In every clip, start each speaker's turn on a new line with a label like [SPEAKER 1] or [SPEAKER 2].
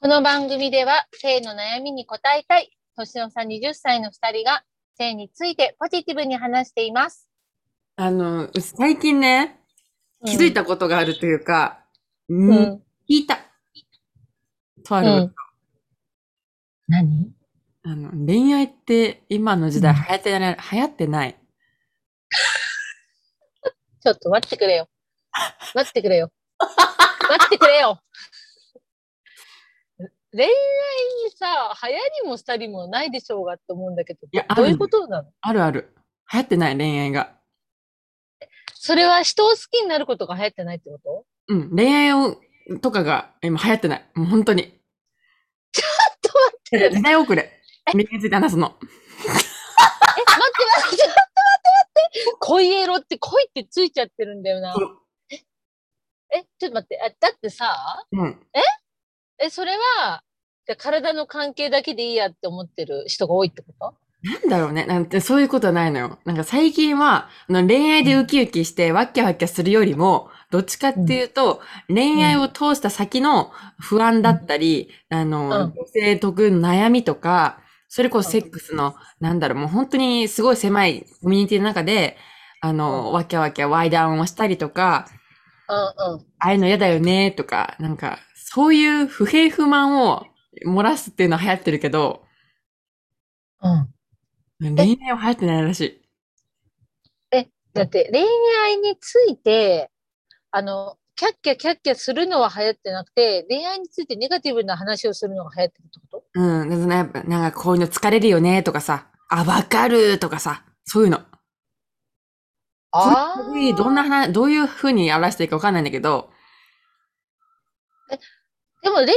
[SPEAKER 1] この番組では性の悩みに答えたい年の差20歳の2人が性についてポジティブに話しています。
[SPEAKER 2] あの、最近ね、気づいたことがあるというか、
[SPEAKER 1] う、
[SPEAKER 2] うんん
[SPEAKER 1] う
[SPEAKER 2] 聞
[SPEAKER 1] ん
[SPEAKER 2] いた。とあ
[SPEAKER 1] う
[SPEAKER 2] る、
[SPEAKER 1] ん何
[SPEAKER 2] あの、恋愛って今の時代流行ってない、流行ってない。
[SPEAKER 1] ちょっと待ってくれよ。待ってくれよ。待ってくれよ。恋愛にさ、流行りもしたりもないでしょうがって思うんだけど
[SPEAKER 2] いや、ある
[SPEAKER 1] どういうことなの
[SPEAKER 2] あるある。流行ってない恋愛が。
[SPEAKER 1] それは人を好きになることが流行ってないって こと
[SPEAKER 2] うん、恋愛を、とかが今流行ってない。もう本当に。
[SPEAKER 1] ちょっと待って
[SPEAKER 2] 時代遅れ。恋愛について話すの。
[SPEAKER 1] え、待って待って、ちょっと待って待って。恋エロって恋ってついちゃってるんだよな
[SPEAKER 2] そ。
[SPEAKER 1] え、ちょっと待って。あだってさ、
[SPEAKER 2] うん。
[SPEAKER 1] え、それは、で体の関係だけでいいやって思ってる人が多いってこと
[SPEAKER 2] なんだろうね。なんて、そういうことはないのよ。なんか最近は、あの恋愛でウキウキして、ワッキャワッキャするよりも、どっちかっていうと、恋愛を通した先の不安だったり、あの、
[SPEAKER 1] うん
[SPEAKER 2] 女性特有の悩みとか、それこ
[SPEAKER 1] う
[SPEAKER 2] そ
[SPEAKER 1] ん
[SPEAKER 2] セックスの、なんだろう、もう本当にすごい狭いコミュニティの中で、あの、ワッキャワッキャワイダウンをしたりとか、
[SPEAKER 1] うんうん。
[SPEAKER 2] ああいうの嫌だよね、とか、なんか、そういう不平不満を漏らすっていうのは流行ってるけど、
[SPEAKER 1] うん、
[SPEAKER 2] 恋愛は流行ってないらしい。
[SPEAKER 1] だって恋愛について、あの、キャッキャキャッキャするのは流行ってなくて、恋愛についてネガティブな話をするのが流行ってるってこと
[SPEAKER 2] うん、なんかやっぱなんかこういうの疲れるよねとかさ、あ、わかるとかさ、そういうの。
[SPEAKER 1] あ
[SPEAKER 2] すごいどんな話、どういうふうに表していいかわかんないんだけど、
[SPEAKER 1] でも恋愛は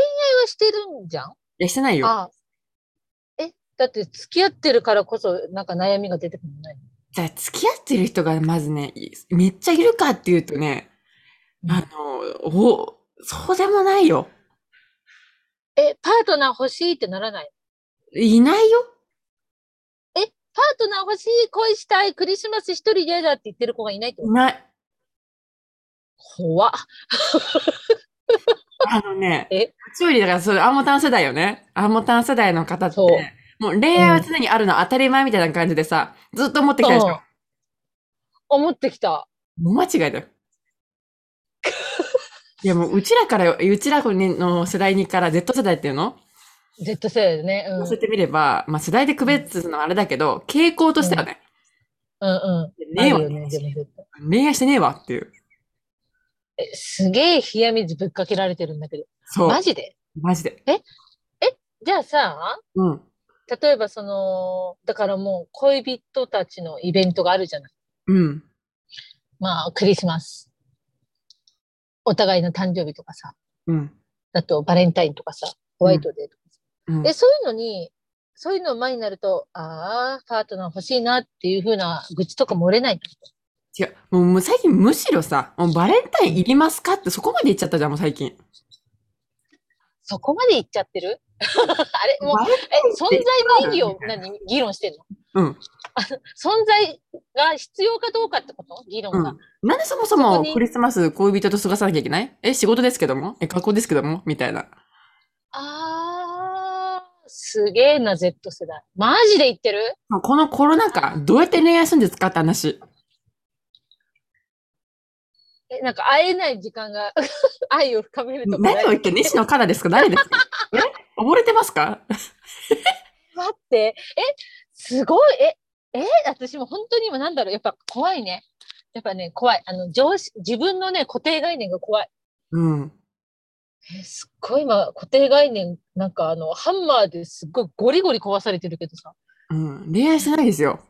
[SPEAKER 1] してるんじゃん
[SPEAKER 2] いや、してないよ。
[SPEAKER 1] ああえ、だって付き合ってるからこそ、なんか悩みが出てくるんじゃない
[SPEAKER 2] じゃあ付き合ってる人がまずね、いめっちゃいるかっていうとね、
[SPEAKER 1] うん
[SPEAKER 2] あの、お、そうでもないよ。
[SPEAKER 1] え、パートナー欲しいってならない
[SPEAKER 2] いないよ。
[SPEAKER 1] パートナー欲しい、恋したい、クリスマス一人で嫌だって言ってる子がいないってこ
[SPEAKER 2] い
[SPEAKER 1] と
[SPEAKER 2] ない。
[SPEAKER 1] 怖っ。
[SPEAKER 2] あの ね、
[SPEAKER 1] え
[SPEAKER 2] こっちよりだからそれ、アンモタン世代よね。アンモタン世代の方って
[SPEAKER 1] そう、
[SPEAKER 2] もう恋愛は常にあるの当たり前みたいな感じでさ、ずっと思ってきたでし
[SPEAKER 1] うん
[SPEAKER 2] ょ。
[SPEAKER 1] 思ってきた。
[SPEAKER 2] もう間違いだよ。いやもう、うちらからよ、うちらの世代にから Z 世代っていうの、
[SPEAKER 1] Z 世代でね。うん。うん
[SPEAKER 2] そうやってみれば、まあ世代で区別するのはあれだけど、傾向としてはね、
[SPEAKER 1] うん。ある
[SPEAKER 2] ねえわ、
[SPEAKER 1] よね、でも絶対。
[SPEAKER 2] 恋愛してねえわっていう。
[SPEAKER 1] え、すげえ冷や水ぶっかけられてるんだけど。
[SPEAKER 2] そう。
[SPEAKER 1] マ
[SPEAKER 2] マジ
[SPEAKER 1] ジで
[SPEAKER 2] で。
[SPEAKER 1] じゃあさ、
[SPEAKER 2] うん。
[SPEAKER 1] 例えばその、だからもう恋人たちのイベントがあるじゃない
[SPEAKER 2] うん。
[SPEAKER 1] まあ、クリスマス。お互いの誕生日とかさ。
[SPEAKER 2] うん。
[SPEAKER 1] あと、バレンタインとかさ、ホワイトデーとかさ。
[SPEAKER 2] うん
[SPEAKER 1] で、そういうのに、そういうの前になると、ああ、パートナー欲しいなっていう風な愚痴とか漏れない。
[SPEAKER 2] 違う。もうもう最近むしろさ、もうバレンタインいりますかってそこまで言っちゃったじゃん、もう最近。
[SPEAKER 1] そこまで言っちゃってる あれもう、
[SPEAKER 2] バレン
[SPEAKER 1] え、存在の意義を
[SPEAKER 2] そうだ
[SPEAKER 1] 何議論してんの
[SPEAKER 2] うん。
[SPEAKER 1] 存在が必要かどうかってこと議論が。
[SPEAKER 2] うん。なんでそも
[SPEAKER 1] そ
[SPEAKER 2] そ
[SPEAKER 1] こ
[SPEAKER 2] も
[SPEAKER 1] に
[SPEAKER 2] クリスマス恋人と過ごさなきゃいけないえ、仕事ですけどもえ、学校ですけどもみたいな。
[SPEAKER 1] ああ、すげえな、Z 世代。マジで言ってる
[SPEAKER 2] まあこのコロナ禍、どうやって恋愛するんですかって話。
[SPEAKER 1] え、なんか会えない時間が 愛を深めるとかない。
[SPEAKER 2] 何を言ってる西野カナですか誰ですかえ溺れてますか
[SPEAKER 1] 待って、え、すごい、え、え、私も本当に今なんだろう、やっぱ怖いね。やっぱね、怖い。あの、常識、自分のね、固定概念が怖い。
[SPEAKER 2] うん。
[SPEAKER 1] え、すっごい今、固定概念、なんかあの、ハンマーですっごいゴリゴリ壊されてるけどさ。
[SPEAKER 2] うん。恋愛してないですよ。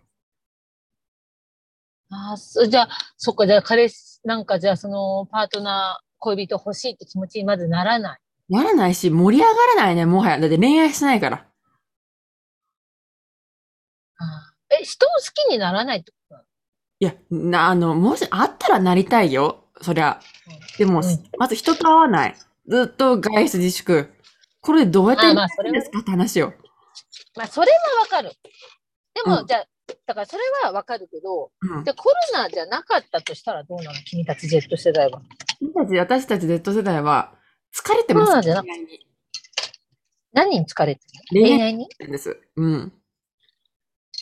[SPEAKER 1] ああ、そじゃあ、そっか、じゃあ彼氏、なんかじゃあその、パートナー、恋人欲しいって気持ちにまずならない。
[SPEAKER 2] やらないし、盛り上がらないね、もはや。だって恋愛してないから。
[SPEAKER 1] あーえ、人を好きにならないってことなの
[SPEAKER 2] いや、な、あの、もし、あったらなりたいよ。そりゃ。で
[SPEAKER 1] う
[SPEAKER 2] も、
[SPEAKER 1] ん
[SPEAKER 2] まず人と会わない。ずっと外出自粛。これどうやって
[SPEAKER 1] あ
[SPEAKER 2] や
[SPEAKER 1] まあ
[SPEAKER 2] るんですかって話よ。
[SPEAKER 1] まあ、それはわかる。でも、
[SPEAKER 2] うん
[SPEAKER 1] じゃあ、だからそれはわかるけど、
[SPEAKER 2] うん。
[SPEAKER 1] でコロナじゃなかったとしたらどうなの君たち Z 世代は。
[SPEAKER 2] 君たち、私たち Z 世代は、疲れてます。
[SPEAKER 1] そうなんじゃな
[SPEAKER 2] 恋愛に
[SPEAKER 1] 何に疲れてる
[SPEAKER 2] 恋愛
[SPEAKER 1] 恋愛に
[SPEAKER 2] なんです。うん。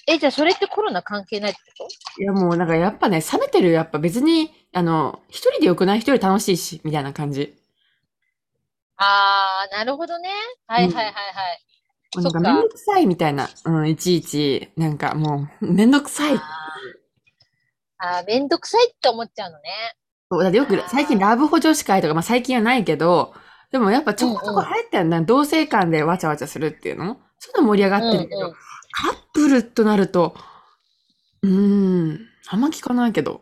[SPEAKER 1] え、じゃあそれってコロナ関係ないってこ
[SPEAKER 2] いやもうなんかやっぱね、冷めてるやっぱ別に、あの、一人でよくない一人楽しいし、みたいな感じ。
[SPEAKER 1] とああ、なるほどね。はいはいはいはい。
[SPEAKER 2] もう
[SPEAKER 1] そ
[SPEAKER 2] な
[SPEAKER 1] っか
[SPEAKER 2] んかめんどくさいみたいな。うん、いちいち、なんかもう、めんどくさい。
[SPEAKER 1] ああ、めんどくさいって思っちゃうのね。
[SPEAKER 2] そうだってよく最近ラブ補助司会とか、まあ最近はないけど、でもやっぱちょこちょこ入ったよな、同性間でわちゃわちゃするっていうのそういうの盛り上がってるけど、
[SPEAKER 1] うんうん
[SPEAKER 2] カップルとなると、うーん、あんま聞かないけど。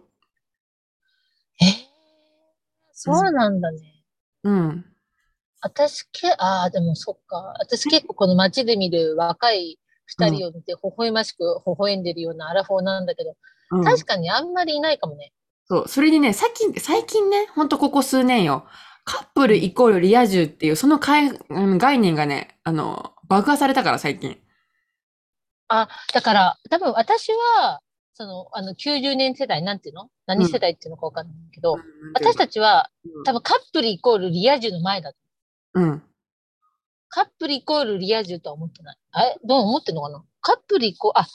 [SPEAKER 1] えーそうなんだね。
[SPEAKER 2] うん。
[SPEAKER 1] 私け、ああ、でもそっか。私結構この街で見る若い二人を見て、微笑ましく微笑んでるようなアラフォーなんだけど、
[SPEAKER 2] うん、
[SPEAKER 1] 確かにあんまりいないかもね。
[SPEAKER 2] そう。それにね、最近、最近ね、ほんとここ数年よ、カップルイコールリア充っていう、そのかいうん概念がね、あの、爆破されたから最近。
[SPEAKER 1] あ、だから、多分私は、その、あの、90年世代、なんていうの何世代っていうのかわかんないけど、私た
[SPEAKER 2] ち、
[SPEAKER 1] ちは、多分カップルイコールリア充の前だ。
[SPEAKER 2] うん。
[SPEAKER 1] カップルイコールリア充とは思ってない。あれどう思ってんのかなカップルイコール、あ、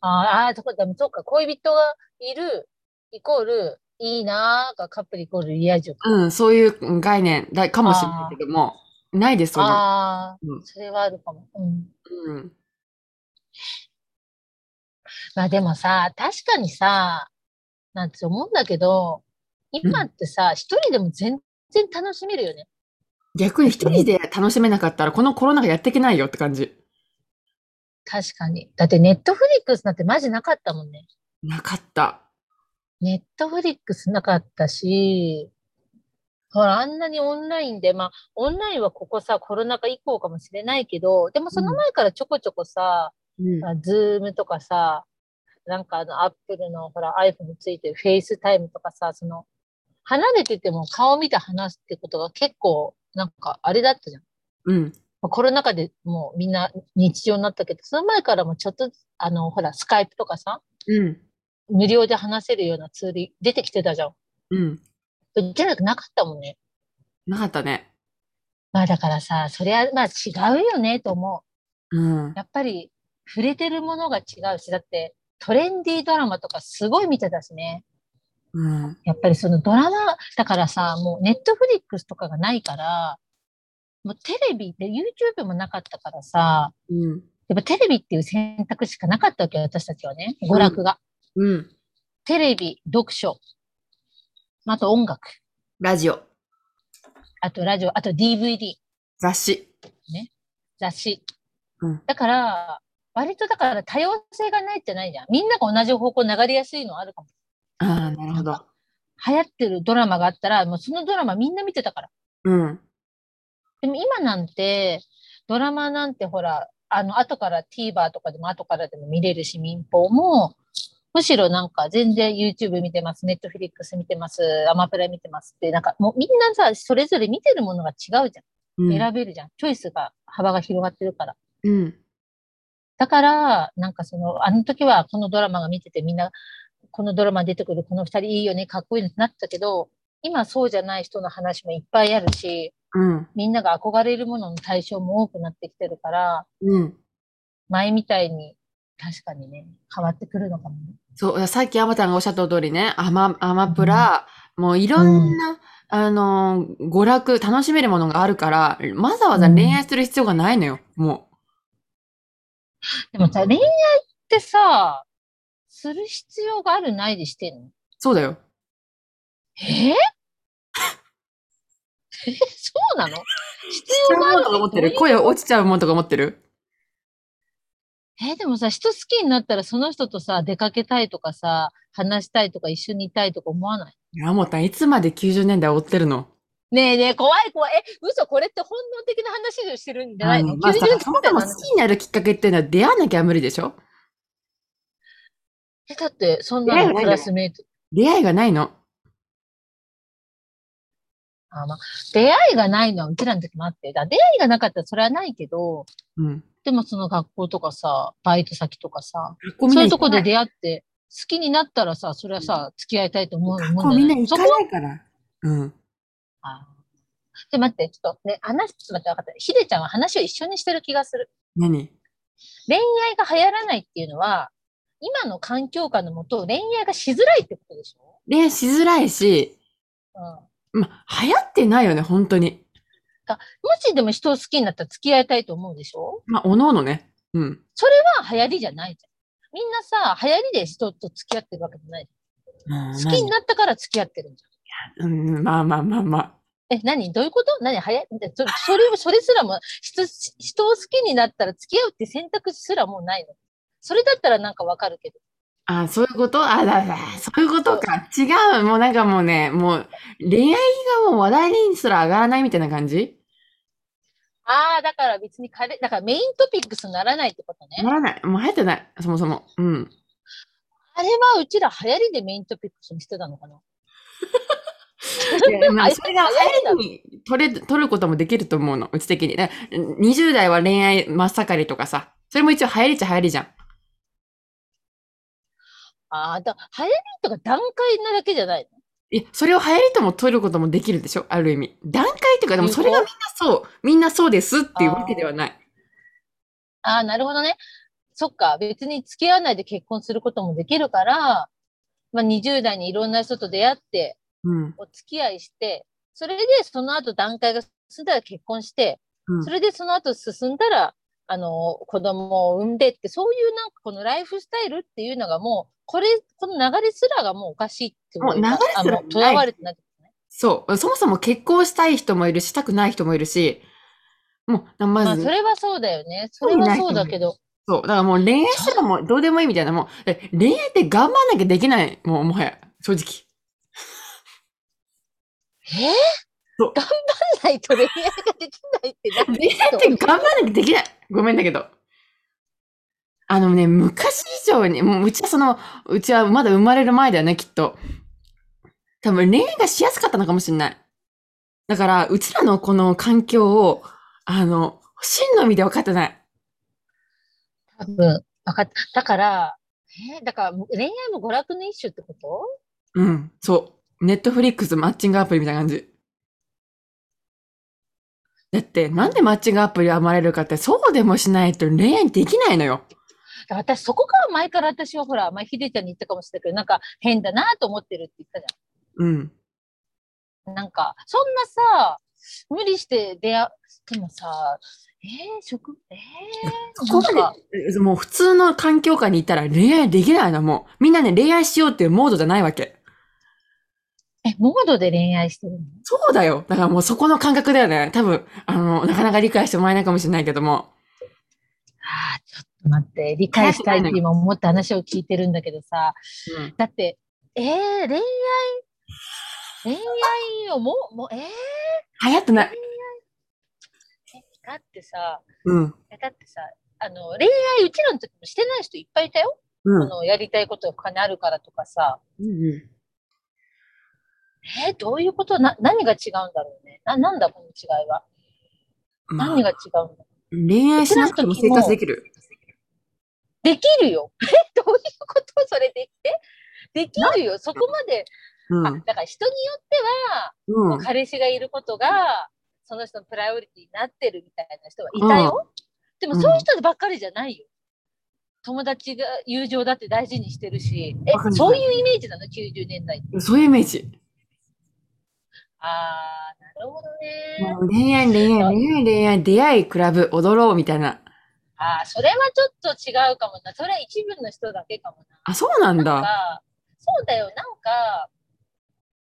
[SPEAKER 1] あーあー、そうか、でもそうか、恋人がいるイコール、いいなーがカップルイコールリア充か。
[SPEAKER 2] うん、そういう概念だかもしれないけども、ないです、その。
[SPEAKER 1] ああ、
[SPEAKER 2] うん
[SPEAKER 1] それはあるかも。うん。
[SPEAKER 2] うん。
[SPEAKER 1] まあでもさ、確かにさ、なんて思うんだけど、今ってさ、一人でも全然楽しめるよね。
[SPEAKER 2] 逆に一人で楽しめなかったら、このコロナがやっていけないよって感じ。
[SPEAKER 1] 確かに。だってネットフリックスなんてマジなかったもんね。
[SPEAKER 2] なかった。
[SPEAKER 1] ネットフリックスなかったし、ほら、あんなにオンラインで、まあ、オンラインはここさ、コロナ禍以降かもしれないけど、でもその前からちょこちょこさ、
[SPEAKER 2] うん
[SPEAKER 1] あズームとかさ、なんかあの、アップルのほら、iPhone についてるフェイスタイムとかさ、その、離れてても顔見て話すってことが結構、なんかあれだったじゃん。
[SPEAKER 2] うん。
[SPEAKER 1] まあコロナ禍でもうみんな日常になったけど、その前からもちょっとずつ、あの、ほら、スカイプとかさ、
[SPEAKER 2] うん。
[SPEAKER 1] 無料で話せるようなツール出てきてたじゃん。
[SPEAKER 2] うん。
[SPEAKER 1] じゃなくなかったもんね。
[SPEAKER 2] なかったね。
[SPEAKER 1] まあだからさ、そりゃ、まあ違うよねと思
[SPEAKER 2] うん
[SPEAKER 1] う。。やっぱり触れてるものが違うし、だってトレンディードラマとかすごい見てたしね。
[SPEAKER 2] うん。
[SPEAKER 1] やっぱりそのドラマ、だからさ、もうネットフリックスとかがないから、もうテレビで YouTube もなかったからさ、
[SPEAKER 2] うん。
[SPEAKER 1] やっぱテレビっていう選択しかなかったわけよ、私たちはね。娯楽が。
[SPEAKER 2] うん。
[SPEAKER 1] テレビ、読書、あと音楽、
[SPEAKER 2] ラジオ、
[SPEAKER 1] あとラジオ、あと DVD。
[SPEAKER 2] 雑誌。
[SPEAKER 1] 雑誌。
[SPEAKER 2] うん
[SPEAKER 1] だから、割とだから多様性がないってないじゃん。みんなが同じ方向に流れやすいのはあるかも。
[SPEAKER 2] ああ、なるほど。
[SPEAKER 1] 流行ってるドラマがあったら、もうそのドラマみんな見てたから。
[SPEAKER 2] うん。
[SPEAKER 1] でも今なんて、ドラマなんてほら、あの、後から TVer とかでも後からでも見れるし、民放も、むしろなんか全然 YouTube 見てます、Netflix 見てます、アマプラ見てますって、なんかもうみんなさ、それぞれ見てるものが違うじゃ。
[SPEAKER 2] うんん。
[SPEAKER 1] 選べるじゃん。チョイスが、幅が広がってるから。
[SPEAKER 2] うん。
[SPEAKER 1] だから、なんかその、あの時はこのドラマが見ててみんな、このドラマに出てくるこの二人いいよね、かっこいいなってなったけど、今そうじゃない人の話もいっぱいあるし、
[SPEAKER 2] うん。
[SPEAKER 1] みんなが憧れるものの対象も多くなってきてるから、
[SPEAKER 2] うん。
[SPEAKER 1] 前みたいに確かにね、変わってくるのかもね。
[SPEAKER 2] そう、さっきアマタンがおっしゃった通りね、アマ、アマプラ、もういろんな、あのー、娯楽、楽しめるものがあるから、わざわざ恋愛する必要がないのよ、も
[SPEAKER 1] でもさ、恋愛ってさ、する必要があるないでしてんの
[SPEAKER 2] う。そうだよ。
[SPEAKER 1] えーえそうなの必要がある
[SPEAKER 2] とか思ってる。声落ちちゃうもんとか思ってる。
[SPEAKER 1] えーでもさ、人好きになったらその人とさ、出かけたいとかさ、話したいとか一緒にいたいとか思わない
[SPEAKER 2] いや、もうたん、いつまで90年代追ってるの
[SPEAKER 1] ねえねえ、怖い怖い。え、嘘、これって本能的な話をしてるんじゃない
[SPEAKER 2] あ
[SPEAKER 1] の
[SPEAKER 2] のまあさ
[SPEAKER 1] ?90 年
[SPEAKER 2] そもそ
[SPEAKER 1] 代の
[SPEAKER 2] も
[SPEAKER 1] 話
[SPEAKER 2] 好きになるきっかけっていうのは出会わなきゃ無理でしょ
[SPEAKER 1] え、だって、そんな
[SPEAKER 2] え
[SPEAKER 1] の
[SPEAKER 2] ない
[SPEAKER 1] ク
[SPEAKER 2] よ
[SPEAKER 1] ラスメイト。
[SPEAKER 2] 出会いがないの。
[SPEAKER 1] あまあ、出会いがないのはうちらの時もあって。だ出会いがなかったらそれはないけど、
[SPEAKER 2] うん。
[SPEAKER 1] でもその学校とかさ、バイト先とかさ、
[SPEAKER 2] 学校
[SPEAKER 1] そういうとこ
[SPEAKER 2] 行かな
[SPEAKER 1] で出会って、好きになったらさ、それはさ、付き合いたいと思うもんじゃ
[SPEAKER 2] 学校みんな
[SPEAKER 1] ない
[SPEAKER 2] 行
[SPEAKER 1] そ
[SPEAKER 2] か
[SPEAKER 1] こは
[SPEAKER 2] ないから。うん。
[SPEAKER 1] あで、待って、ちょっとね、話、ちょっと待って、分かった。ひでちゃんは話を一緒にしてる気がする。
[SPEAKER 2] 何
[SPEAKER 1] 恋愛が流行らないっていうのは、今の環境下のもと、恋愛がしづらいってことでしょ
[SPEAKER 2] 恋愛しづらいし、
[SPEAKER 1] うん。も
[SPEAKER 2] ま、流行ってないよね、本当に。
[SPEAKER 1] しでも人を好きになったら付き合いたいと思うでしょ
[SPEAKER 2] まあ、おのおのね。うん。
[SPEAKER 1] それは流行りじゃないじゃん。みんなさ、流行りで人と付き合ってるわけじゃない。
[SPEAKER 2] 好
[SPEAKER 1] 好きになったから付き合ってるんじ
[SPEAKER 2] うん、まあまあまあまあ。
[SPEAKER 1] ゃん。え、何どういうこと何流行ってそそれ、それすらも人、人を好きになったら付き合うって選択肢すらもうないの。それだったらなんかわかるけど。
[SPEAKER 2] あ、そういうことあ、だ、だ、そういうことか。違う。もうなんかもうね、もう、恋愛がもう話題にすら上がらないみたいな感じ
[SPEAKER 1] ああ、だから別に彼、だからメイントピックスにならないってことね。
[SPEAKER 2] ならない。もう流行ってない。そもそも。 うん。
[SPEAKER 1] あれはうちら流行りでメイントピックスにしてたのかな。
[SPEAKER 2] でまあ
[SPEAKER 1] あ
[SPEAKER 2] それが流行りに取れ、取ることもできると思うの。うち的に。だから20代は恋愛真っ盛りとかさ。それも一応流行りっちゃ流行りじゃん。
[SPEAKER 1] ああ、だ流行りとか段階なだけじゃないの。
[SPEAKER 2] いや、それを流行りとも取ることもできるでしょある意味。段階というか、でもそれがみんなそう、みんなそうですっていうわけではない。
[SPEAKER 1] ああ、なるほどね。そっか、別に付き合わないで結婚することもできるから、まあ、20代にいろんな人と出会って、
[SPEAKER 2] うん。
[SPEAKER 1] お付き合いして、それでその後段階が進んだら結婚して、
[SPEAKER 2] うん
[SPEAKER 1] それでその後進んだら、あの、子供を産んでって、そういうなんかこのライフスタイルっていうのがもう、これ、この流れすらがもうおかしいって思います
[SPEAKER 2] もう流れすら
[SPEAKER 1] あの
[SPEAKER 2] ない
[SPEAKER 1] とらわれてない。
[SPEAKER 2] そう。そもそも結婚したい人もいるし、したくない人もいるし、もう、ま
[SPEAKER 1] まあ、
[SPEAKER 2] ず、
[SPEAKER 1] それはそうだよね。それはそうだけど。
[SPEAKER 2] そう。だからもう恋愛すらもうどうでもいいみたいな、もう、え恋愛って頑張んなきゃできない、もう、もはや、正直。
[SPEAKER 1] え
[SPEAKER 2] そう
[SPEAKER 1] ー、頑張ん ないと恋愛ができないってな
[SPEAKER 2] 恋愛って頑張らなきゃできないごめんだけど。あのね、昔以上に、もううちはその、うちはまだ生まれる前だよね、きっと。多分恋愛がしやすかったのかもしれない。だから、うちらのこの環境を、あの、真の意味で分かってない。
[SPEAKER 1] 多分、分かった。だから、えーだから恋愛も娯楽の一種ってこと
[SPEAKER 2] うん、そう。ネットフリックスマッチングアプリみたいな感じ。だって、なんでマッチングアプリが生まれるかって、そうでもしないと恋愛できないのよ。
[SPEAKER 1] 私、そこから前から私はほら、前、ひでちゃんに言ったかもしれないけど、なんか変だなと思ってるって言ったじ
[SPEAKER 2] うん。
[SPEAKER 1] ゃん。なんか、そんなさ、無理して出会う、でもさ、えー、職、えー、
[SPEAKER 2] ここ
[SPEAKER 1] なん
[SPEAKER 2] ま
[SPEAKER 1] か
[SPEAKER 2] で、もう普通の環境下にいたら恋愛できないの、もう。みんなね、恋愛しようっていうモードじゃないわけ。
[SPEAKER 1] え、モードで恋愛してるの
[SPEAKER 2] そうだよ。だからもうそこの感覚だよね。多分、あの、なかなか理解してもらえないかもしれないけども。
[SPEAKER 1] ああ、ちょっと待って、理解したいって今思った話を聞いてるんだけどさ、だって、えー、恋愛、恋愛をもう、もう、えー、
[SPEAKER 2] 流行ってない。
[SPEAKER 1] だってさ、
[SPEAKER 2] うん。
[SPEAKER 1] えだってさ、あの、恋愛うちらの時もしてない人いっぱいいたよ。
[SPEAKER 2] う
[SPEAKER 1] あ
[SPEAKER 2] ん。
[SPEAKER 1] のやりたいことが金あるからとかさ、
[SPEAKER 2] うん
[SPEAKER 1] えーどういうことな何が違うんだろうね。ななんだこの違いは。
[SPEAKER 2] まあ
[SPEAKER 1] 何が違うんだろう。
[SPEAKER 2] 恋愛しなくても生活できる。
[SPEAKER 1] できるよ。 えどういうことそれでえできるよ。そこまで。
[SPEAKER 2] うん。
[SPEAKER 1] あ
[SPEAKER 2] うん。
[SPEAKER 1] だから人によっては、彼氏がいることが、その人のプライオリティになってるみたいな人はいたよ。で
[SPEAKER 2] う
[SPEAKER 1] も
[SPEAKER 2] ん
[SPEAKER 1] そういう人ばっかりじゃないよ。友達が友情だって大事にしてるし、え
[SPEAKER 2] わかんない
[SPEAKER 1] そういうイメージなの ?90 年代って。
[SPEAKER 2] そういうイメージ。
[SPEAKER 1] あー、なるほどね。
[SPEAKER 2] もう恋愛、恋愛、恋愛、恋愛、出会い、クラブ、踊ろうみたいな。
[SPEAKER 1] ああ、それはちょっと違うかもな。それは一部の人だけかも
[SPEAKER 2] あ、そうなん
[SPEAKER 1] な。なん
[SPEAKER 2] だ。
[SPEAKER 1] か、そうだよ、なんか、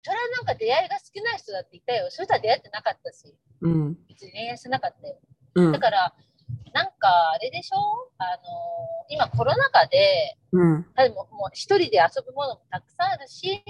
[SPEAKER 1] それはなんか出会いが少ない人だっていたよ。そういう人は出会ってなかったし、
[SPEAKER 2] うん。
[SPEAKER 1] 別に恋愛してなかったよ。
[SPEAKER 2] うん
[SPEAKER 1] だ。から、なんかあれでしょあのー今コロナ禍で、
[SPEAKER 2] うん。
[SPEAKER 1] 多分もうもう一人で遊ぶものもたくさんあるし、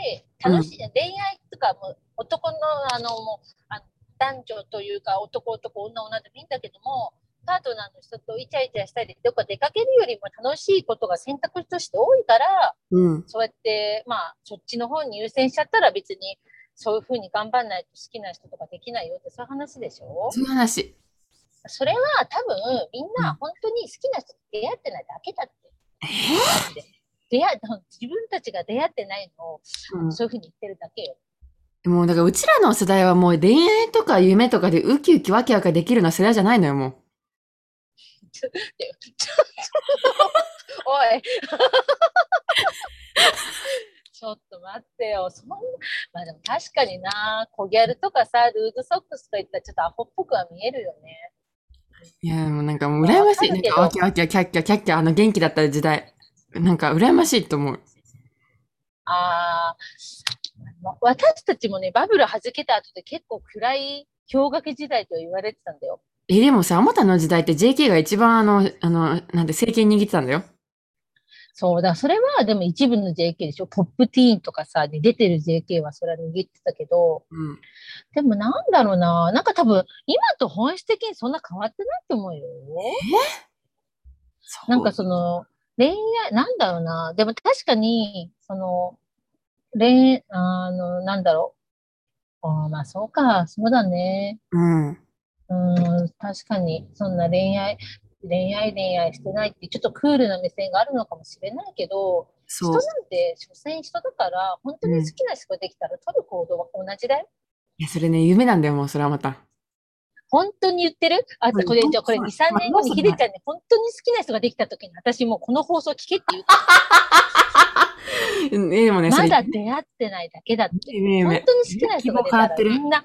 [SPEAKER 1] 楽しい、恋愛とかも男の、あの、もう、あの男女というか、男男、女女でもいいんだけども、パートナーの人とイチャイチャしたり、どこ出かけるよりも楽しいことが選択肢として多いから、
[SPEAKER 2] うん。
[SPEAKER 1] そうやって、まあ、そっちの方に優先しちゃったら別に、そういうふうに頑張んないと好きな人とかできないよって、そういう話でしょ
[SPEAKER 2] そういう話。
[SPEAKER 1] それは多分、みん
[SPEAKER 2] うん
[SPEAKER 1] な本当に好きな人と出会ってないだけだって。
[SPEAKER 2] え
[SPEAKER 1] 出会自分たちが出会ってないのを
[SPEAKER 2] うん
[SPEAKER 1] そういうふうに言ってるだけよ。
[SPEAKER 2] もうだからうちらの世代はもう恋愛とか夢とかでウキウキワキワキできるの世代じゃないのよ、もう。
[SPEAKER 1] おい ちょっと待ってよ。そんな、まあでも確かにな、コギャルとかさ、ルーズソックスといったらちょっとアホっぽくは見えるよね。
[SPEAKER 2] いや、もうなんかもう羨まし
[SPEAKER 1] わか
[SPEAKER 2] い。な
[SPEAKER 1] る
[SPEAKER 2] ん
[SPEAKER 1] けど
[SPEAKER 2] かワキワキワキャッキャキャッキャあの元気だった時代。なんか羨ましいと思う。
[SPEAKER 1] あーまあ、私たちもね、バブル弾けた後で結構暗い氷河期時代と言われてたんだよ。
[SPEAKER 2] え、でもさ、あまたの時代って JK が一番あの、あの、なんて政権握ってたんだよ。
[SPEAKER 1] そうだ、それはでも一部の JK でしょ。ポップティーンとかさ、に出てる JK はそれは握ってたけど、
[SPEAKER 2] うん。
[SPEAKER 1] でもなんだろうな、なんか多分今と本質的にそんな変わってないと思うよ。
[SPEAKER 2] そう
[SPEAKER 1] なんかその、恋愛、なんだろうな。でも確かに、その、恋、あの、なんだろう。あーまあそうか、そうだね。
[SPEAKER 2] うん。
[SPEAKER 1] うん、確かに、そんな恋愛、恋愛恋愛してないって、ちょっとクールな目線があるのかもしれないけど、人
[SPEAKER 2] そ
[SPEAKER 1] な。
[SPEAKER 2] うん
[SPEAKER 1] て、所詮人だから、本当に好きな人ができたら、取る行動は同じだよ。
[SPEAKER 2] いや、それね、夢なんだよ、もう、それはまた。
[SPEAKER 1] 本当に言ってるあ、
[SPEAKER 2] うん
[SPEAKER 1] これ、じゃあこれ2、
[SPEAKER 2] 本当
[SPEAKER 1] 3年後に
[SPEAKER 2] まあ
[SPEAKER 1] ひでちゃんに本当に好きな人ができた時に、私もうこの放送聞けって言って、
[SPEAKER 2] うんえ、でもね、そ
[SPEAKER 1] ま
[SPEAKER 2] れ、
[SPEAKER 1] だ出会ってないだけだって。
[SPEAKER 2] 夢
[SPEAKER 1] 本
[SPEAKER 2] 夢。
[SPEAKER 1] 当に好きな人ができたら、みんな、い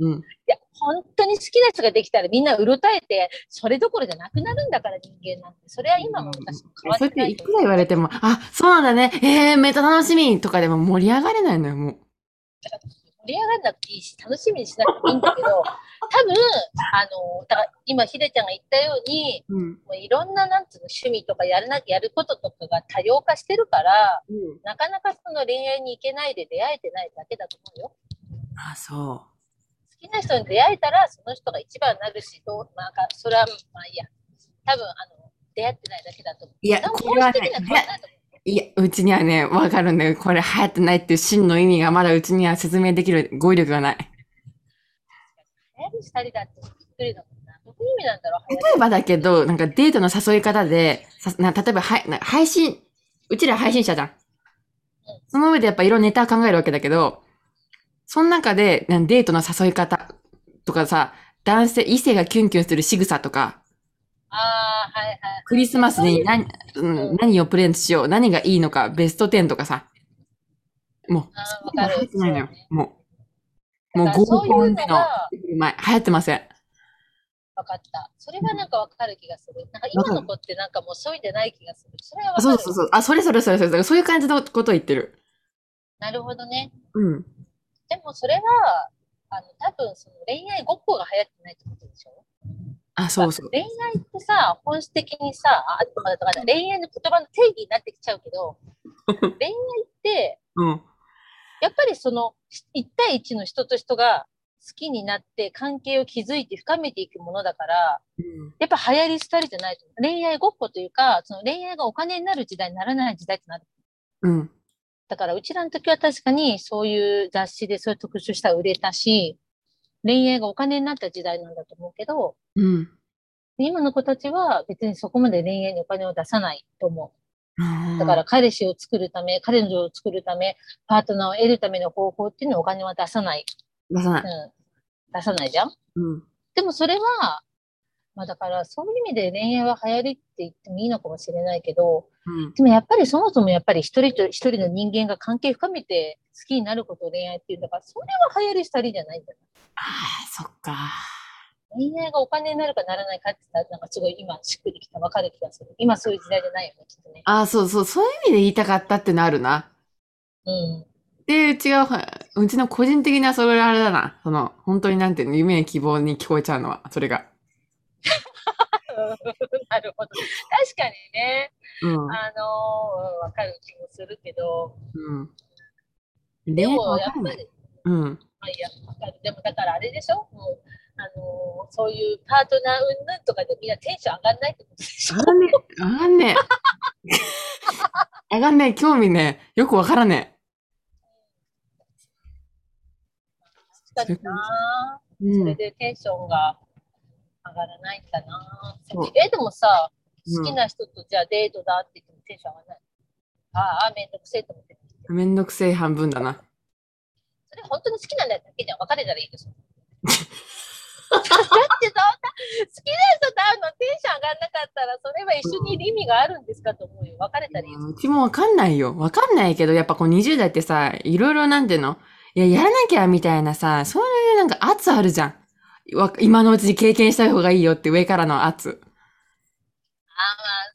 [SPEAKER 2] うん。
[SPEAKER 1] や、本当に好きな人ができたら、みんなうろたえて、それどころじゃなくなるんだから、人間なんて。それは今も昔も変わっ
[SPEAKER 2] そう
[SPEAKER 1] てな
[SPEAKER 2] やって
[SPEAKER 1] い
[SPEAKER 2] い
[SPEAKER 1] と
[SPEAKER 2] く
[SPEAKER 1] 思う
[SPEAKER 2] ら言われても、あ、そうなんだね、えー、めっちゃ楽しみとかでも盛り上がれないのよ、もう。
[SPEAKER 1] 盛り上がらなくていいし、楽しみにしなくていいんだけど、多分、あの、だから今、ひでちゃんが言ったように、
[SPEAKER 2] うん。
[SPEAKER 1] もういろんな、なんつうの、趣味とかやるな、やることとかが多様化してるから、なかなかその恋愛に行けないで出会えてないだけだと思うよ。
[SPEAKER 2] あ、そ
[SPEAKER 1] 好きな人に出会えたら、その人が一番になるし、どう、なんか、それは、まあいいや。多分、あの、出会ってないだけだと思う。
[SPEAKER 2] う。いや、
[SPEAKER 1] でも
[SPEAKER 2] これは
[SPEAKER 1] 本質的
[SPEAKER 2] ね
[SPEAKER 1] に、変わらないと思う
[SPEAKER 2] いや、うちにはね、わかるんだよ。これ流行ってないっていう真の意味がまだうちには説明できる語彙力がない。
[SPEAKER 1] 流行る二人だってびっくりだもんな。どういう意味なんだろう、流
[SPEAKER 2] 例
[SPEAKER 1] 行
[SPEAKER 2] えばだけど、なんかデートの誘い方で、さな例えばはいな配信、うちら配信者じゃん。その上でやっぱいろいろネタを考えるわけだけど、その中でなんデートの誘い方とかさ、男性、異性がキュンキュンする仕草とか、
[SPEAKER 1] ああ、はいはい。
[SPEAKER 2] クリスマスに何,、うん、何をプレゼントしよう、何がいいのか、ベスト10とかさ、も
[SPEAKER 1] あーわ
[SPEAKER 2] う、
[SPEAKER 1] かる
[SPEAKER 2] 入ってないのよ
[SPEAKER 1] そうね。
[SPEAKER 2] もう、もう
[SPEAKER 1] だから
[SPEAKER 2] 合コンで
[SPEAKER 1] そういうの
[SPEAKER 2] の
[SPEAKER 1] が、
[SPEAKER 2] 前、流行ってません。
[SPEAKER 1] 分かった。それはなんか分かる気がする。なんか今の子ってなんかもうそういうんじゃない気がする。それは
[SPEAKER 2] あ
[SPEAKER 1] 分か
[SPEAKER 2] そ
[SPEAKER 1] る。
[SPEAKER 2] うそうそう。あ、それそれそれそれ。だからそういう感じのことを言ってる。
[SPEAKER 1] なるほどね。
[SPEAKER 2] うん。
[SPEAKER 1] でもそれは、あの、多分その恋愛ごっこが流行ってないってことでしょ
[SPEAKER 2] あ、そうそう。
[SPEAKER 1] 恋愛ってさ、本質的にさ、あ、とかだとかだ、恋愛の言葉の定義になってきちゃうけど、恋愛って、
[SPEAKER 2] うん。
[SPEAKER 1] やっぱりその、一対一の人と人が好きになって関係を築いて深めていくものだから、やっぱ流行り廃りじゃないと思う。恋愛ごっこというか、その恋愛がお金になる時代にならない時代ってなる。
[SPEAKER 2] うん。
[SPEAKER 1] だから、うちらの時は確かにそういう雑誌でそういう特集したら売れたし、恋愛がお金になった時代なんだと思うけど、
[SPEAKER 2] うん。
[SPEAKER 1] 今の子たちは別にそこまで恋愛にお金を出さないと思う。だ
[SPEAKER 2] だ
[SPEAKER 1] から、、彼氏を作るため、彼女を作るため、パートナーを得るための方法っていうのはお金は出さない。
[SPEAKER 2] 出さ
[SPEAKER 1] う
[SPEAKER 2] ない。
[SPEAKER 1] ん。出さないじゃん
[SPEAKER 2] うん。
[SPEAKER 1] でもそれは、まあだから、そういう意味で恋愛は流行りって言ってもいいのかもしれないけど、
[SPEAKER 2] うん。
[SPEAKER 1] でもやっぱりそもそもやっぱり一人と一人の人間が関係深めて好きになることを恋愛っていうんだから、それは流行りしたりじゃないんだよ。
[SPEAKER 2] ああ、そっか。
[SPEAKER 1] 恋愛がお金になるかならないかって言ったら、なんかすごい今しっくりきた、わかる気がする。今そういう時代じゃないよね、きっとね。
[SPEAKER 2] ああ、そうそう。そういう意味で言いたかったってのあるな。
[SPEAKER 1] うん。
[SPEAKER 2] で、うちが、うちの個人的な、それあれだな。その、本当になんていうの、夢や希望に聞こえちゃうのは、それが。
[SPEAKER 1] なるほど。確かにね、
[SPEAKER 2] うん。
[SPEAKER 1] あのーうんわかる気もするけど、
[SPEAKER 2] うん。で
[SPEAKER 1] で
[SPEAKER 2] も
[SPEAKER 1] も
[SPEAKER 2] わ
[SPEAKER 1] やっ
[SPEAKER 2] かん
[SPEAKER 1] ぱ
[SPEAKER 2] ない。
[SPEAKER 1] り、
[SPEAKER 2] うん。
[SPEAKER 1] まあいいや、わかる。でもだからあれでしょもう、あのーそういうパートナーうんぬんとかでみんなテンション上がんないってことでしょ
[SPEAKER 2] 上がんねえ。上がんねえ。 上がんねえ。興味ねえ。よくわからね
[SPEAKER 1] 確かにな
[SPEAKER 2] え。う
[SPEAKER 1] そ
[SPEAKER 2] ん
[SPEAKER 1] れ。でテンションが上がらないんだな。
[SPEAKER 2] そう
[SPEAKER 1] え、でもさ、
[SPEAKER 2] うん
[SPEAKER 1] 好きな人とじゃあデートだって言ってもテンション上がらない。ああ、めんどくせえと思ってる。
[SPEAKER 2] めんどくせえ半分だな。
[SPEAKER 1] そそれ本当に好きなんだけじゃん別れたらいい ですよ。だってそんな好きな人と会うのテンション上がんなかったらそれは一緒にいる意味があるんですかと思うよ別れたらいいです
[SPEAKER 2] うちもわかんないよ。わかんないけど、やっぱこう20代ってさ、いろいろなんていうのいや、やらなきゃみたいなさ、そういうなんか圧あるじゃん。わ今のうちに経験した方がいいよって上からの圧。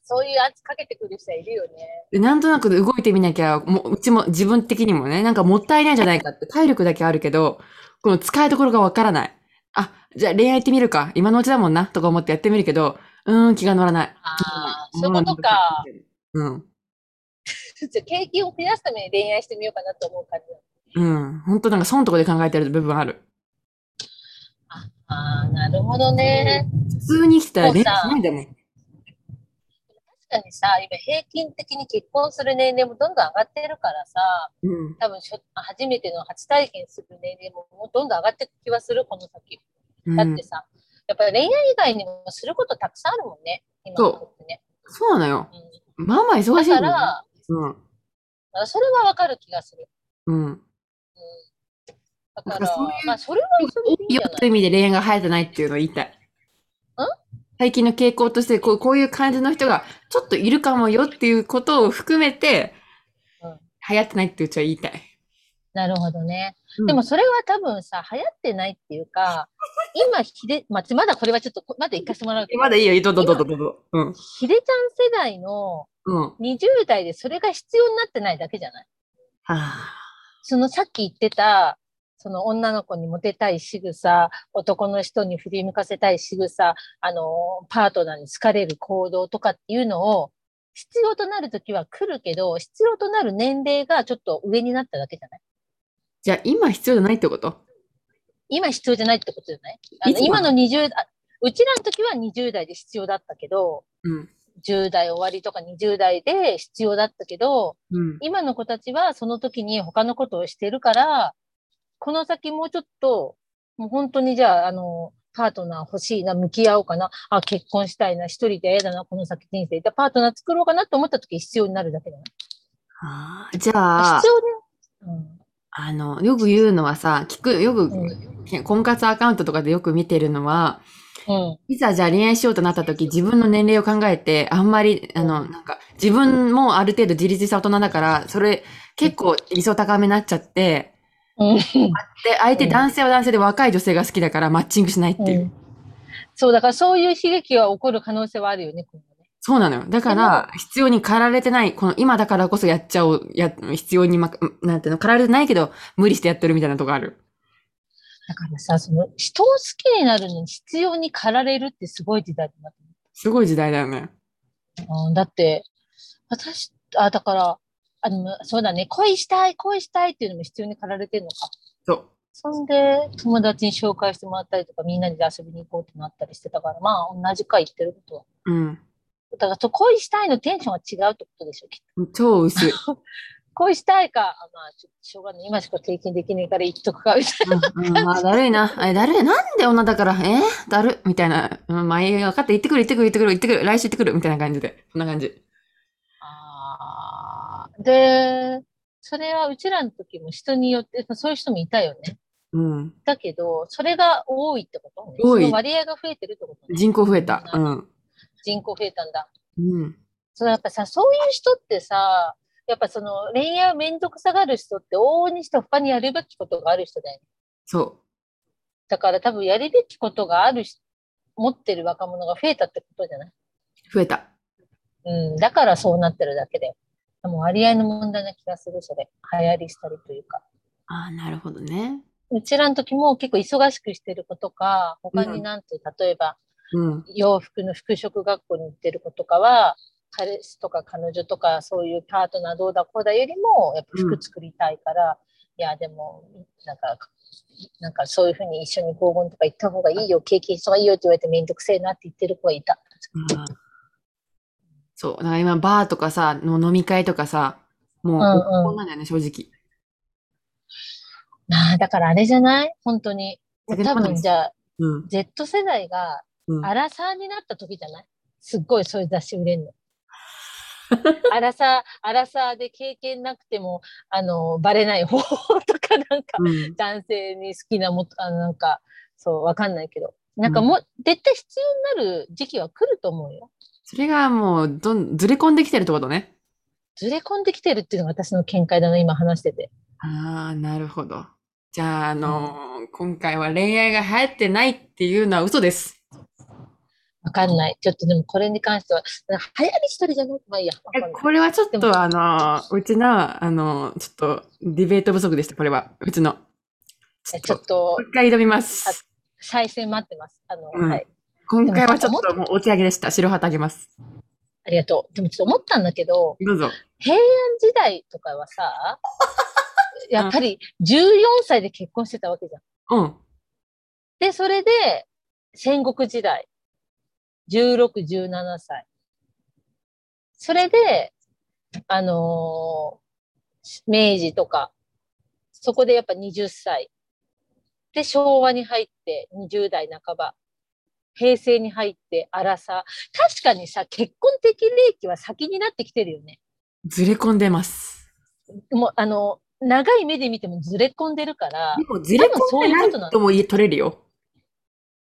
[SPEAKER 1] そういう圧かけてくる人はいるよね
[SPEAKER 2] でなんとなく動いてみなきゃ、もううちも自分的にもね、なんかもったいないんじゃないかって体力だけあるけど、この使いどころがわからない。あ、じゃあ恋愛ってみるか。今のうちだもんな。とか思ってやってみるけど、うーん、気が乗らない。
[SPEAKER 1] あーそういうことか。
[SPEAKER 2] うん。
[SPEAKER 1] 経験を増やすために恋愛してみようかなと思う感じ
[SPEAKER 2] うん。ほんとなんか損とこで考えてる部分ある。
[SPEAKER 1] ああなるほどね
[SPEAKER 2] 普通に生きたら恋愛しないんだもん。
[SPEAKER 1] 確かにさ今平均的に結婚する年齢もどんどん上がってるからさ
[SPEAKER 2] うん。
[SPEAKER 1] 多分しょ初めての初体験する年齢ももうどんどん上がっていく気はするこの先
[SPEAKER 2] うん
[SPEAKER 1] だってさ、やっぱり恋愛以外にもすることたくさんあるもんね今の子ってね
[SPEAKER 2] そうなのよ。
[SPEAKER 1] う
[SPEAKER 2] まあまあ忙
[SPEAKER 1] ん、
[SPEAKER 2] しいん
[SPEAKER 1] だか
[SPEAKER 2] だよね
[SPEAKER 1] ら
[SPEAKER 2] うん。
[SPEAKER 1] それはわかる気がする
[SPEAKER 2] うん。
[SPEAKER 1] だか
[SPEAKER 2] なん
[SPEAKER 1] ら
[SPEAKER 2] かそういう
[SPEAKER 1] まあそれはそれでいいん
[SPEAKER 2] よ
[SPEAKER 1] じゃな
[SPEAKER 2] という
[SPEAKER 1] い
[SPEAKER 2] 意味で恋愛が生えてないっていうのを言いたい。最近の傾向としてこう、こういう感じの人がちょっといるかもよっていうことを含めて、
[SPEAKER 1] うん
[SPEAKER 2] 流行ってないってうちは言いたい。
[SPEAKER 1] なるほどね、
[SPEAKER 2] うん
[SPEAKER 1] でもそれは多分さ流行ってないっていう か今ひで、まあ、まだこれはちょっとまだ行かせてもらうけど
[SPEAKER 2] まだいいよ、どうぞどうぞどうぞ。うん。
[SPEAKER 1] ひでちゃん世代の
[SPEAKER 2] うん。は
[SPEAKER 1] 20代でそれが必要になってないだけじゃない
[SPEAKER 2] あ。
[SPEAKER 1] そのさっき言ってた、その女の子にモテたい仕草、男の人に振り向かせたい仕草、あの、パートナーに好かれる行動とかっていうのを、必要となるときは来るけど、必要となる年齢がちょっと上になっただけじゃない
[SPEAKER 2] じゃあ今必要じゃないってこと
[SPEAKER 1] 今必要じゃないってことじゃないあの
[SPEAKER 2] いつな
[SPEAKER 1] 今
[SPEAKER 2] の
[SPEAKER 1] の20あうちらの時は20代で必要だったけど、
[SPEAKER 2] うん。
[SPEAKER 1] 10代終わりとか20代で必要だったけど、
[SPEAKER 2] うん。
[SPEAKER 1] 今の子たちはその時に他のことをしてるから、この先もうちょっと、もう本当にじゃあ、あの、パートナー欲しいな、向き合おうかな、あ、結婚したいな、一人で嫌だな、この先人生。じゃあパートナー作ろうかなと思った時必要になるだけだ
[SPEAKER 2] あーじ
[SPEAKER 1] な。
[SPEAKER 2] ゃあ
[SPEAKER 1] 必、要ね。
[SPEAKER 2] あの、よく言うのはさ、聞く、よく、
[SPEAKER 1] うん。
[SPEAKER 2] 婚活アカウントとかでよく見てるのは、
[SPEAKER 1] うん。うん。
[SPEAKER 2] いざじゃあ恋愛しようとなった時、自分の年齢を考えて、あんまり、あの、なんか、自分もある程度自立した大人だから、それ、結構理想高めになっちゃって、
[SPEAKER 1] うん
[SPEAKER 2] で、相手
[SPEAKER 1] うん
[SPEAKER 2] 男性は男性で若い女性が好きだからマッチングしないっていう。
[SPEAKER 1] うんそう、だからそういう悲劇が起こる可能性はあるよね、今後ね。
[SPEAKER 2] そうなのよ。だから、必要に駆られてない、この今だからこそやっちゃおう、や、必要にま、なんていうの、駆られてないけど、無理してやってるみたいなとこある。
[SPEAKER 1] だからさ、その、人を好きになるのに必要に駆られるってすごい時代だなって
[SPEAKER 2] すごい時代だよね。
[SPEAKER 1] うん、だって、私、あ、だから、あの、そうだね、恋したい、恋したいっていうのも必要に駆られてるのか。
[SPEAKER 2] そう。
[SPEAKER 1] そんで、友達に紹介してもらったりとか、みんなで遊びに行こうってなったりしてたから、まあ、同じか言ってることは。
[SPEAKER 2] うん。
[SPEAKER 1] だからそう、恋したいのテンションが違うってことでしょ、きっと。
[SPEAKER 2] 超薄い。
[SPEAKER 1] 恋したいか、あまあ、ちょっとしょうがない。今しか経験できないから言っとくか、みたい
[SPEAKER 2] うんうん、まあ、だるいな。え、だるい。なんで女だから、えーだるみたいな。うん、まあ、いいよ分かった。行ってくる、行ってくる、行ってくる、行ってくる。来週行ってくる。みたいな感じで。そんな感じ。
[SPEAKER 1] な。あーで、それはうちらの時も人によって、そういう人もいたよね。
[SPEAKER 2] うん。
[SPEAKER 1] だけど、それが多いってことね。
[SPEAKER 2] 多い
[SPEAKER 1] その割合が増えてるってことね。
[SPEAKER 2] 人口増えた。うん。
[SPEAKER 1] 人口増えたんだ。
[SPEAKER 2] うん。
[SPEAKER 1] そうやっぱさ、そういう人ってさ、やっぱその恋愛をめんどくさがる人って往々にして他にやるべきことがある人だよね。
[SPEAKER 2] そ。
[SPEAKER 1] だから多分やるべきことがある人、持ってる若者が増えたってことじゃないう
[SPEAKER 2] 増えた。
[SPEAKER 1] うん、だからそうなってるだけで。でも割合の問題な気がする、それ。流行りしたりというか。
[SPEAKER 2] ああ、なるほどね。
[SPEAKER 1] うちらの時も結構忙しくしてることか、他になんて、例えば
[SPEAKER 2] うん。
[SPEAKER 1] 洋服の服飾学校に行ってる子とかは、彼氏とか彼女とかそういうパートナーどうだこうだよりも、やっぱ服作りたいから、いや、でも、なんか、なんかそういうふうに一緒に合コンとか行った方がいいよ、経験した方がいいよって言われてめんどくせえなって言ってる子がいた。
[SPEAKER 2] あーそう。だから今、バーとかさ、の飲み会とかさ、もう、
[SPEAKER 1] うんうん
[SPEAKER 2] こんなんだよね、正直。
[SPEAKER 1] まあ、だからあれじゃない本当に。
[SPEAKER 2] 酒
[SPEAKER 1] 多
[SPEAKER 2] 飲まない
[SPEAKER 1] 分じゃあ、
[SPEAKER 2] うん。
[SPEAKER 1] Z 世代が
[SPEAKER 2] うん。
[SPEAKER 1] アラサーになった時じゃないすっごいそういう雑誌売れんの。アラサー、アラサーで経験なくても、あの、バレない方法とかなんか、
[SPEAKER 2] うん
[SPEAKER 1] 男性に好きなも、あの、なんか、そう、わかんないけど。なんかもう、絶対必要になる時期は来ると思うよ。
[SPEAKER 2] それがもう、どん、ずれ込んできてるってことね。
[SPEAKER 1] ずれ込んできてるっていうのが私の見解だな、今話してて。
[SPEAKER 2] ああ、なるほど。じゃあ、あのー今回は恋愛が流行ってないっていうのは嘘です。
[SPEAKER 1] わかんない。ちょっとでもこれに関しては、流行り一人じゃないまあいいや。わかんない
[SPEAKER 2] これはちょっ
[SPEAKER 1] で
[SPEAKER 2] と、
[SPEAKER 1] も
[SPEAKER 2] あのーうちの、あのーちょっと、ディベート不足でした、これは。うちの。ちょっ
[SPEAKER 1] ちょっ
[SPEAKER 2] と、
[SPEAKER 1] と
[SPEAKER 2] もう、一回挑みます。
[SPEAKER 1] 再生待ってます。あの、
[SPEAKER 2] うん
[SPEAKER 1] はい。
[SPEAKER 2] 今回はちょ
[SPEAKER 1] でも
[SPEAKER 2] っともうお手上げでした。白旗あげます。
[SPEAKER 1] ありがとう。でもちょっと思ったんだけど、
[SPEAKER 2] どうぞ。
[SPEAKER 1] 平安時代とかはさ、やっぱり14歳で結婚してたわけじゃん。
[SPEAKER 2] うん。
[SPEAKER 1] で、それで、戦国時代、16、17歳。それで、あのー明治とか、そこでやっぱ20歳。で、昭和に入って20代半ば。平成に入って荒さ。確かにさ、結婚的齢期は先になってきてるよね。
[SPEAKER 2] ずれ込んでます。
[SPEAKER 1] もう、あの、長い目で見てもずれ込んでるから
[SPEAKER 2] で、もずれ込んで
[SPEAKER 1] 多分そういうこと
[SPEAKER 2] な
[SPEAKER 1] ないの
[SPEAKER 2] とも言え取れるよ。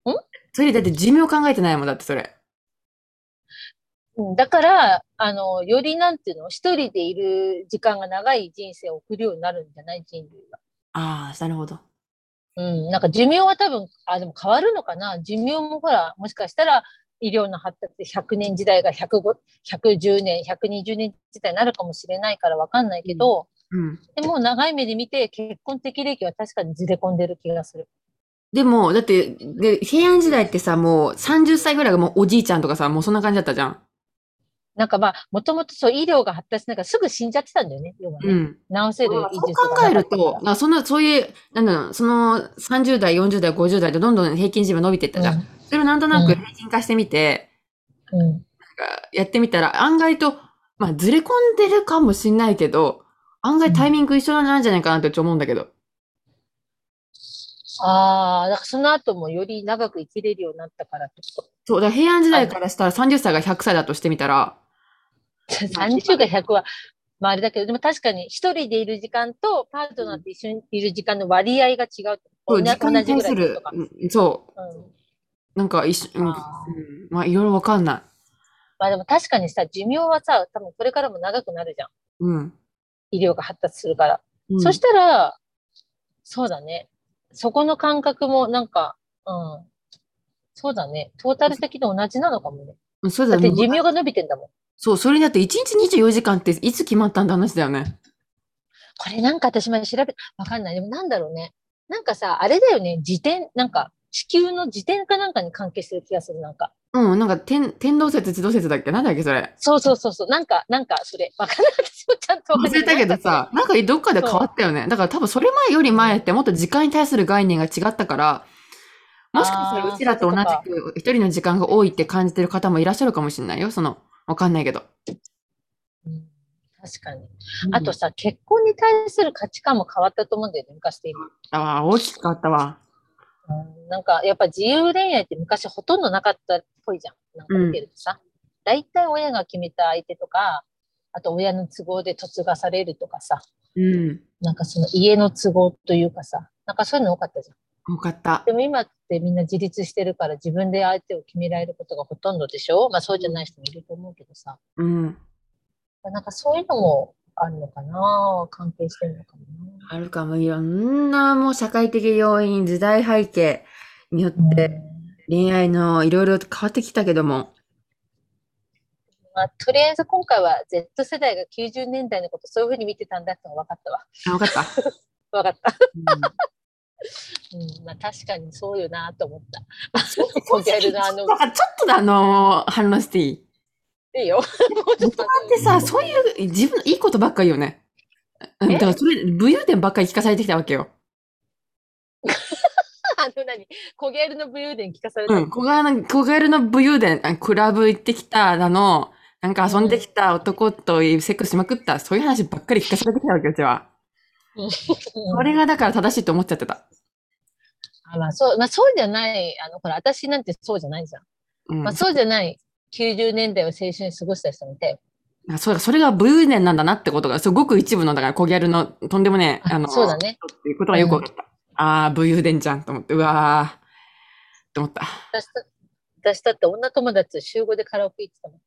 [SPEAKER 1] ん
[SPEAKER 2] それだって寿命考えてないもんだってそれ。
[SPEAKER 1] うんだから、あの、よりなんていうの、一人でいる時間が長い人生を送るようになるんじゃない人類が。
[SPEAKER 2] ああ、なるほど。
[SPEAKER 1] うん、なんか寿命は多分、あ、でも変わるのかな寿命もほら、もしかしたら医療の発達で100年時代が105 110年、120年時代になるかもしれないからわかんないけど、
[SPEAKER 2] うん。
[SPEAKER 1] でも長い目で見て結婚的齢期は確かにずれ込んでる気がする。
[SPEAKER 2] でも、だって、で、平安時代ってさ、もう30歳ぐらいがもうおじいちゃんとかさ、もうそんな感じだったじゃん。
[SPEAKER 1] なんかまあ、もともとそう医療が発達しながらすぐ死んじゃってたんだよね、要はね。
[SPEAKER 2] うん。
[SPEAKER 1] 治せる
[SPEAKER 2] そう
[SPEAKER 1] 技術がなかっ
[SPEAKER 2] 考
[SPEAKER 1] たから
[SPEAKER 2] えると、あそんな、そういう、なんだろう、その30代、40代、50代でどんどん平均寿命伸びていったじゃん。それをなんとなく
[SPEAKER 1] うん
[SPEAKER 2] 平均化してみて、
[SPEAKER 1] うんうん
[SPEAKER 2] なんかやってみたら、案外と、まあ、ずれ込んでるかもしんないけど、案外タイミング一緒なんじゃないかなってちょっと思うんだけど。
[SPEAKER 1] ああ、だからその後もより長く生きれるようになったからってこと。
[SPEAKER 2] そう、だから平安時代からしたら30歳が100歳だとしてみたら、
[SPEAKER 1] 30か100は、まああれだけど、でも確かに一人でいる時間とパートナーと一緒にいる時間の割合が違うってこと。
[SPEAKER 2] そう、時間に対す
[SPEAKER 1] 同じぐらいってこと
[SPEAKER 2] る
[SPEAKER 1] か、
[SPEAKER 2] うんそ
[SPEAKER 1] うん
[SPEAKER 2] う、なんか一緒、うん、うん
[SPEAKER 1] あー
[SPEAKER 2] まあ、いろいろわかんない。
[SPEAKER 1] まあでも確かにさ、寿命はさ、多分これからも長くなるじゃん。
[SPEAKER 2] うん。
[SPEAKER 1] 医療が発達するから。
[SPEAKER 2] うん
[SPEAKER 1] そしたら、そうだね。そこの感覚もなんか、うん。そうだね。トータル的に同じなのかもね。
[SPEAKER 2] うんそう
[SPEAKER 1] だ
[SPEAKER 2] だ
[SPEAKER 1] っ
[SPEAKER 2] ね
[SPEAKER 1] て。寿命が伸びてんだもん。
[SPEAKER 2] そう、それにだって1日24時間っていつ決まったんだ話だよね。
[SPEAKER 1] これなんか私まで調べ、わかんない。でもなんだろうね。なんかさ、あれだよね。自転、なんか、地球の自転かなんかに関係してる気がする。なんか。
[SPEAKER 2] うん、なんか天、天動説、地動説だっけなんだっけそれ。
[SPEAKER 1] そうそうそうそう。なんか、なんか、それ。わかんない。私もちゃんとわかん
[SPEAKER 2] 忘
[SPEAKER 1] ない
[SPEAKER 2] れたけどさ、、なんかどっかで変わったよね。だから多分それ前より前ってもっと時間に対する概念が違ったから、もしかした
[SPEAKER 1] あ
[SPEAKER 2] ら
[SPEAKER 1] ー
[SPEAKER 2] うちらと同じ
[SPEAKER 1] そう
[SPEAKER 2] く一人の時間が多いって感じてる方もいらっしゃるかもしれないよ。その、わかんないけど。
[SPEAKER 1] うん確かに。あと、さ、結婚に対する価値観も変わったと思うんだよね。昔と今。
[SPEAKER 2] ああ、大きく変わったわ。
[SPEAKER 1] うんなんか、やっぱ自由恋愛って昔ほとんどなかったっぽいじゃん。なんか見てるとさ。大体親が決めた相手とか、あと親の都合で嫁がされるとかさ。
[SPEAKER 2] うん。
[SPEAKER 1] なんかその家の都合というかさ、なんかそういうの多かったじゃん。
[SPEAKER 2] 多かった。
[SPEAKER 1] でも今ってみんな自立してるから自分で相手を決められることがほとんどでしょまあそうじゃない人もいると思うけどさ。
[SPEAKER 2] うん。
[SPEAKER 1] なんかそういうのもあるのかな関係してるのかもな。
[SPEAKER 2] あるかも。いろんなもう社会的要因、時代背景によっ
[SPEAKER 1] うん
[SPEAKER 2] て恋愛のいろいろ変わってきたけど も。
[SPEAKER 1] まあ、とりあえず今回は Z 世代が90年代のことそういうふうに見てたんだってのが分かったわ。
[SPEAKER 2] あ、わかった。
[SPEAKER 1] 分かった。
[SPEAKER 2] うん
[SPEAKER 1] うん、まあ確かにそうよなと思った。
[SPEAKER 2] ちょ
[SPEAKER 1] こ
[SPEAKER 2] っ
[SPEAKER 1] ぎゃるなあの
[SPEAKER 2] と、ちょっとだ、あのー反論していい
[SPEAKER 1] いい よ。もうちょっと
[SPEAKER 2] でさ、そういう、自分のいいことばっかりよね。うん
[SPEAKER 1] え
[SPEAKER 2] だからそれ、武勇伝ばっかり聞かされてきたわけよ。
[SPEAKER 1] あの何コギャルの武勇伝聞かされた
[SPEAKER 2] うん。小柄の、小柄の武勇伝、あクラブ行ってきただの、なんか遊んできた男とセックスしまくった、そういう話ばっかり聞かされてきたわけよ、うちは。
[SPEAKER 1] うん
[SPEAKER 2] それがだから正しいと思っちゃってた。
[SPEAKER 1] あまあそう、まあそうじゃない、あの、ほら、私なんてそうじゃないじゃん。
[SPEAKER 2] うん。
[SPEAKER 1] まあそうじゃない、90年代を青春に過ごした人もいたよ。
[SPEAKER 2] あそうだ、それが武勇伝なんだなってことが、そうごく一部の、だから、小ギャルの、とんでもねえ、あの、
[SPEAKER 1] そうだね。
[SPEAKER 2] っていうことがよくわかった。ああ、武勇伝じゃんと思って、うわーって思った。
[SPEAKER 1] 私だ私だって女友達と週5でカラオケ行ってたもん。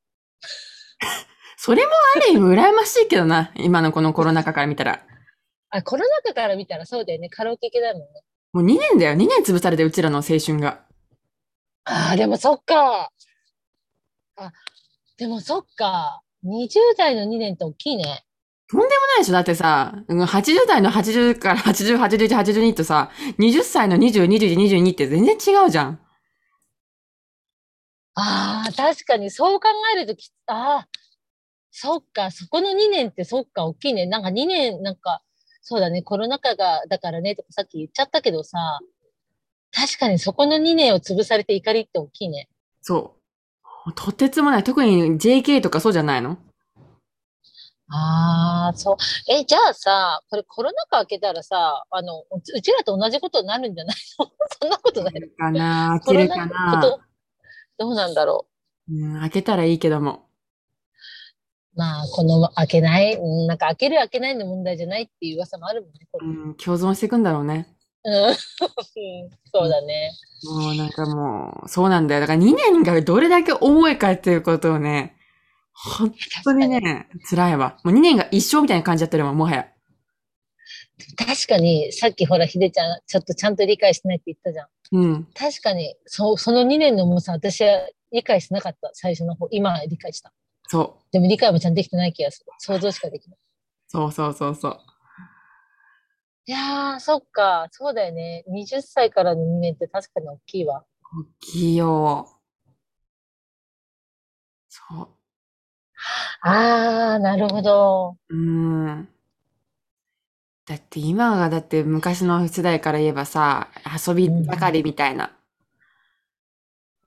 [SPEAKER 2] それもある意味羨ましいけどな、今のこのコロナ禍から見たら。
[SPEAKER 1] あ、コロナ禍から見たらそうだよね。カラオケ行けないもんね。
[SPEAKER 2] もう2年だよ、2年潰されて、うちらの青春が。
[SPEAKER 1] ああ、でもそっか。あ、でもそっか。20代の2年って大きいね。
[SPEAKER 2] ないでしょだってさ、うん80代の80から80、81、82とさ、20歳の20、21、22って全然違うじゃん。
[SPEAKER 1] ああ、確かにそう考えるとき、ああ、そっか、そこの2年ってそっか、大きいね。なんか2年、なんか、そうだね、コロナ禍が、だからね、とかさっき言っちゃったけどさ、確かにそこの2年を潰されて怒りって大きいね。
[SPEAKER 2] そう。とてつもない。特に JK とかそうじゃないの
[SPEAKER 1] ああ、そう。え、じゃあさ、これコロナ禍明けたらさ、あの、うちうちらと同じことになるんじゃないの そんなことない。
[SPEAKER 2] かな
[SPEAKER 1] コ
[SPEAKER 2] 開け
[SPEAKER 1] ロ
[SPEAKER 2] るか
[SPEAKER 1] ナ
[SPEAKER 2] な
[SPEAKER 1] こと、どうなんだろう。
[SPEAKER 2] うん、開けたらいいけども。
[SPEAKER 1] まあ、この開けない、うんなんか開ける開けないの問題じゃないっていう噂もあるもんね、これ。
[SPEAKER 2] う
[SPEAKER 1] うん、
[SPEAKER 2] ん、共存していくんだろうね。
[SPEAKER 1] そうだね。
[SPEAKER 2] もうなんかもう、そうなんだよ。だから2年がどれだけ重いかっていうことをね、本当にね、辛いわ。もう2年が一生みたいな感じだったるもん、もはや。
[SPEAKER 1] 確かに、さっきほら、ひでちゃん、ちょっとちゃんと理解してないって言ったじゃん。
[SPEAKER 2] うん。
[SPEAKER 1] 確かに、そう、その2年の重さ、私は理解してなかった、最初の方。今、理解した。
[SPEAKER 2] そう。
[SPEAKER 1] でも理解もちゃんとできてない気がする。想像しかできない。
[SPEAKER 2] そうそうそうそう。
[SPEAKER 1] いやー、そっか、そうだよね。20歳からの2年って確かに大きいわ。
[SPEAKER 2] 器用。そう。
[SPEAKER 1] あー、なるほど。
[SPEAKER 2] うーん。だって今がだって昔の世代から言えばさ、遊びばかりみたいな。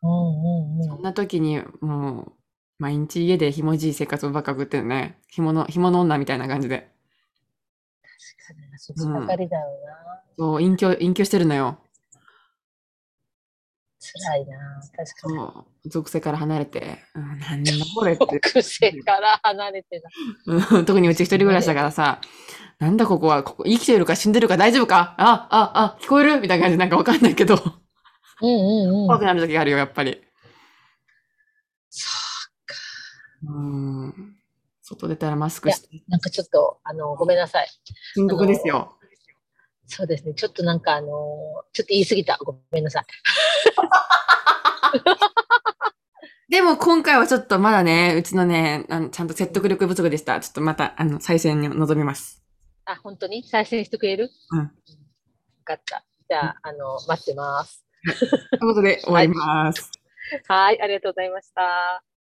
[SPEAKER 1] うんうんうん
[SPEAKER 2] そん。な時にもう、毎日家でひもじい生活をばっか食ってるね。ひもの、ひもの女みたいな感じで。
[SPEAKER 1] そっちばかりだよな。
[SPEAKER 2] そう、隠居、隠居してるのよ。
[SPEAKER 1] 辛いな確かに。
[SPEAKER 2] そう、属性から離れて。うん、なんだこれって。
[SPEAKER 1] 特性から離れてな。
[SPEAKER 2] うん特にうち一人暮らしだからさ、なんだここは、ここ生きてるか死んでるか大丈夫かあ、あ、あ、聞こえるみたいな感じでなんかわかんないけど、
[SPEAKER 1] うんうんう
[SPEAKER 2] 怖く
[SPEAKER 1] ん。
[SPEAKER 2] なる時があるよ、やっぱり。
[SPEAKER 1] そ
[SPEAKER 2] うん。外出たらマスクして。
[SPEAKER 1] うなんかちょっと、あの、ごめんなさい。
[SPEAKER 2] 深刻ですよ。
[SPEAKER 1] そうですね。ちょっとなんか、あの、ちょっと言い過ぎた。ごめんなさい。
[SPEAKER 2] でも今回はちょっとまだね、うちのね、あのちゃんと説得力不足でした。ちょっとまた、あの、再選に臨みます。
[SPEAKER 1] あ、本当に再生してくれる
[SPEAKER 2] うん
[SPEAKER 1] 分かった。じゃあ、あの、待ってます。
[SPEAKER 2] ということで、終わります。
[SPEAKER 1] はい、ありがとうございました。